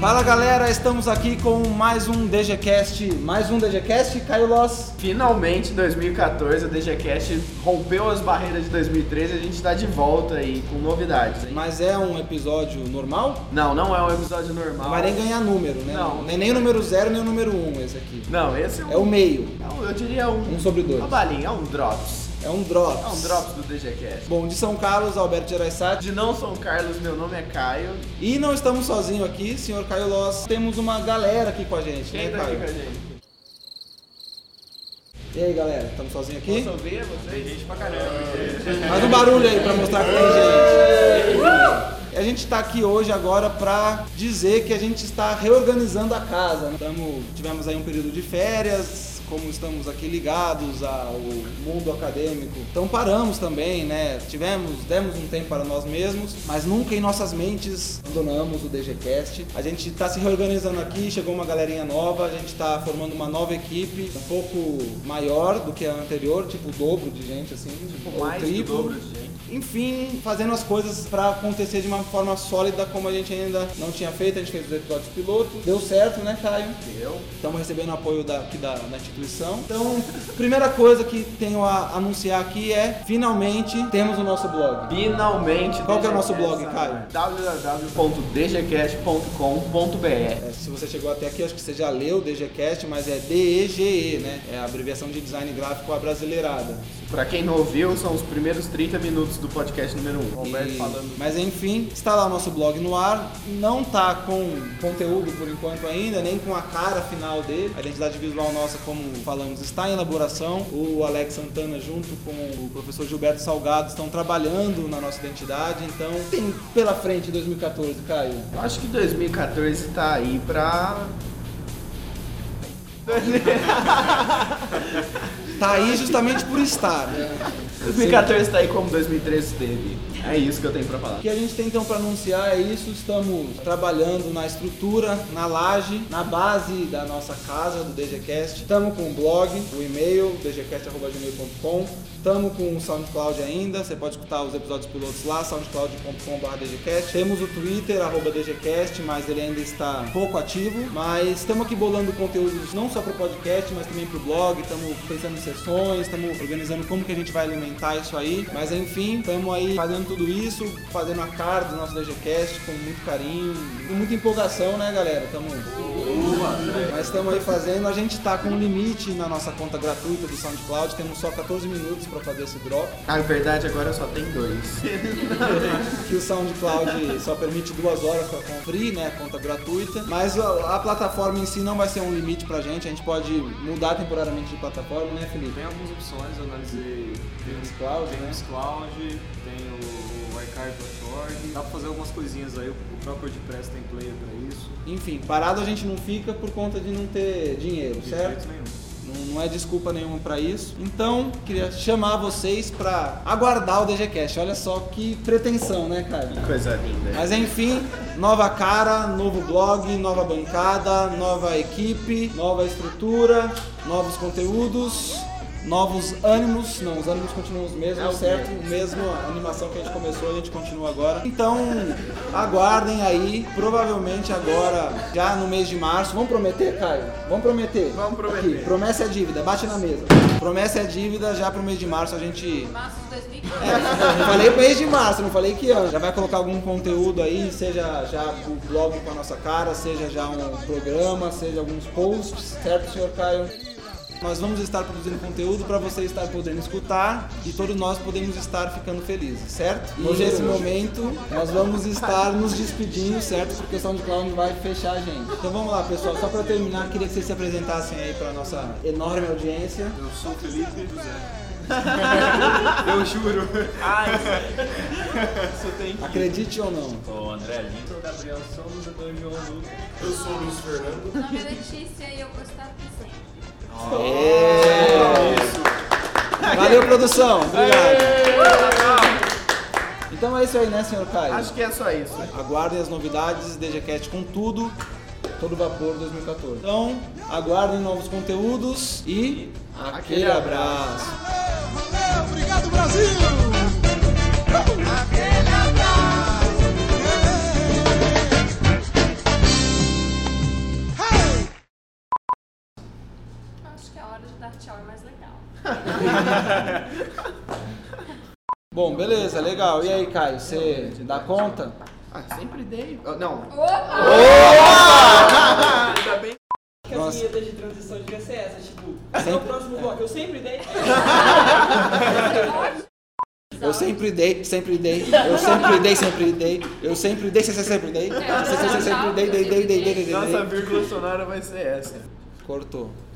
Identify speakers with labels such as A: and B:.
A: Fala galera, estamos aqui com mais um DGCast, mais um DGCast, Caio Loss.
B: Finalmente, 2014, a DGCast rompeu as barreiras de 2013 e a gente tá de volta aí com novidades, hein?
A: Mas é um episódio normal?
B: Não, não é um episódio normal.
A: Não vai nem ganhar número, né?
B: Não.
A: Nem, nem o número zero, nem o número um esse aqui.
B: Não, esse é um.
A: É o meio,
B: é um- eu diria um.
A: um sobre dois.
B: Uma balinha, é um drops.
A: É um drops.
B: É um drops do DGCast.
A: Bom, de São Carlos, Alberto Geraisati.
B: De não São Carlos, meu nome é Caio.
A: E não estamos sozinhos aqui, senhor Caio Loss. Temos uma galera aqui com a gente,
B: Quem
A: né,
B: tá aqui com a
A: Caio?
B: gente?
A: E aí, galera, estamos sozinhos aqui?
B: Posso ouvir É vocês? Gente pra caramba.
A: Faz um barulho aí pra mostrar que tem gente. E A gente tá aqui hoje agora pra dizer que a gente está reorganizando a casa. Tamo, tivemos aí um período de férias, como estamos aqui ligados ao mundo acadêmico. Então paramos também, né? Tivemos, demos um tempo para nós mesmos, mas nunca em nossas mentes abandonamos o DGCast. A gente tá se reorganizando aqui, chegou uma galerinha nova, a gente tá formando uma nova equipe, um pouco maior do que a anterior, tipo o dobro de gente, assim, tipo, ou
B: Mais do
A: triplo.
B: dobro de gente.
A: Enfim, fazendo as coisas pra acontecer de uma forma sólida como a gente ainda não tinha feito, a gente fez os episódios piloto. Deu certo, né, Caio?
B: Eu?
A: Estamos recebendo apoio da, aqui da, da instituição. Então, primeira coisa que tenho a anunciar aqui é, finalmente, temos o nosso blog.
B: Finalmente.
A: Qual que é o nosso
B: DGCast,
A: blog, Caio?
B: www.dgcast.com.br
A: É, se você chegou até aqui, acho que você já leu o DGCast, mas é DEGE, né? É a abreviação de Design Gráfico Abrasileirada.
B: Pra quem não ouviu, são os primeiros 30 minutos do podcast número 1. Roberto
A: E-
B: falando.
A: Mas enfim, está lá o nosso blog no ar. Não tá com conteúdo por enquanto ainda, nem com a cara final dele. A identidade visual nossa, como falamos, está em elaboração. O Alex Santana, junto com o professor Gilberto Salgado, estão trabalhando na nossa identidade. Então, tem pela frente 2014, Caio.
B: Eu acho que 2014 tá aí pra.
A: Tá aí justamente por estar. né?
B: 2014 tá aí como 2013 teve. É isso que eu tenho pra falar.
A: O que a gente tem então para anunciar é isso, estamos trabalhando na estrutura, na laje, na base da nossa casa do DGCast. Estamos com o blog, o e-mail, dgcast.gmail.com. Estamos com o SoundCloud ainda, você pode escutar os episódios pilotos lá, soundcloud.com.br DGCast. Temos o Twitter, arroba DGCast, mas ele ainda está pouco ativo. Mas estamos aqui bolando conteúdos não só para o podcast, mas também para o blog. Estamos pensando em sessões, estamos organizando como que a gente vai alimentar isso aí. Mas enfim, estamos aí fazendo tudo isso, fazendo a cara do nosso DGCast com muito carinho, com muita empolgação, né, galera? Estamos mas estamos aí fazendo, a gente está com um limite na nossa conta gratuita do SoundCloud, temos só 14 minutos para fazer esse drop,
B: Na verdade, agora só tem dois.
A: que o SoundCloud só permite duas horas para conta free, né, conta gratuita, mas a, a plataforma em si não vai ser um limite pra gente, a gente pode mudar temporariamente de plataforma, né, Felipe?
C: Tem algumas opções, eu analisei. Tem o
A: Cloud,
C: tem
A: né?
C: o Xcloud, tem o, o iCarve.org. Dá pra fazer algumas coisinhas aí, o o próprio WordPress tem player pra isso.
A: Enfim, parado a gente não fica por conta de não ter dinheiro,
C: De
A: certo?
C: jeito nenhum.
A: Não, não é desculpa nenhuma pra isso. Então, queria chamar vocês pra aguardar o DGCast. Olha só que pretensão, né, cara?
B: Que Coisa linda.
A: Mas enfim, nova cara, novo blog, nova bancada, nova equipe, nova estrutura, novos conteúdos, novos ânimos. Não, os ânimos continuam os mesmos,
B: É o
A: certo? O mesmo, a animação que a gente começou, a gente continua agora. Então, aguardem aí, provavelmente agora, já no mês de março. Vamos prometer, Caio? Vamos prometer.
B: Vamos prometer.
A: Aqui, promessa é dívida, bate na mesa. Promessa é dívida, já pro mês de março a gente
D: Março de 2015.
A: eu falei mês de março, não falei que ano. Já vai colocar algum conteúdo aí, seja já o blog com a nossa cara, seja já um programa, seja alguns posts, certo, senhor Caio? Nós vamos estar produzindo conteúdo para você estar podendo escutar e todos nós podemos estar ficando felizes, certo? E nesse momento nós vamos estar nos despedindo, certo? Porque o SoundCloud vai fechar a gente. Então vamos lá, pessoal. Só para terminar, queria que vocês se apresentassem aí para nossa enorme audiência.
C: Eu sou o Felipe José.
B: Eu juro.
C: Você tem.
A: Acredite ou não.
C: Gabriel Somos, eu sou o João Lucas.
D: Meu nome é Letícia e eu gostava de ser.
A: Valeu, produção. Obrigado. Então é isso aí, né, senhor Caio?
B: Acho que é só isso.
A: Aguardem as novidades, DGCast com tudo, todo vapor 2014. Então, aguardem novos conteúdos e aquele
B: Aquele abraço.
A: abraço.
E: Valeu, obrigado Brasil! Aquele abraço!
A: Bom, beleza, legal. E aí, Caio, você dá conta?
B: Ah, sempre dei. Ah, Não,
D: Opa!
B: ainda bem.
F: Que
A: Nossa.
F: as vinhetas de transição devia ser essa, tipo, até o próximo bloco, eu sempre dei.
A: Eu sempre dei, sempre dei, eu sempre dei, sempre dei, eu sempre dei, você sempre dei, você sempre dei, dei, dei, dei, dei, dei, dei,
B: Nossa
A: dei.
B: vírgula sonora vai ser essa.
A: Cortou.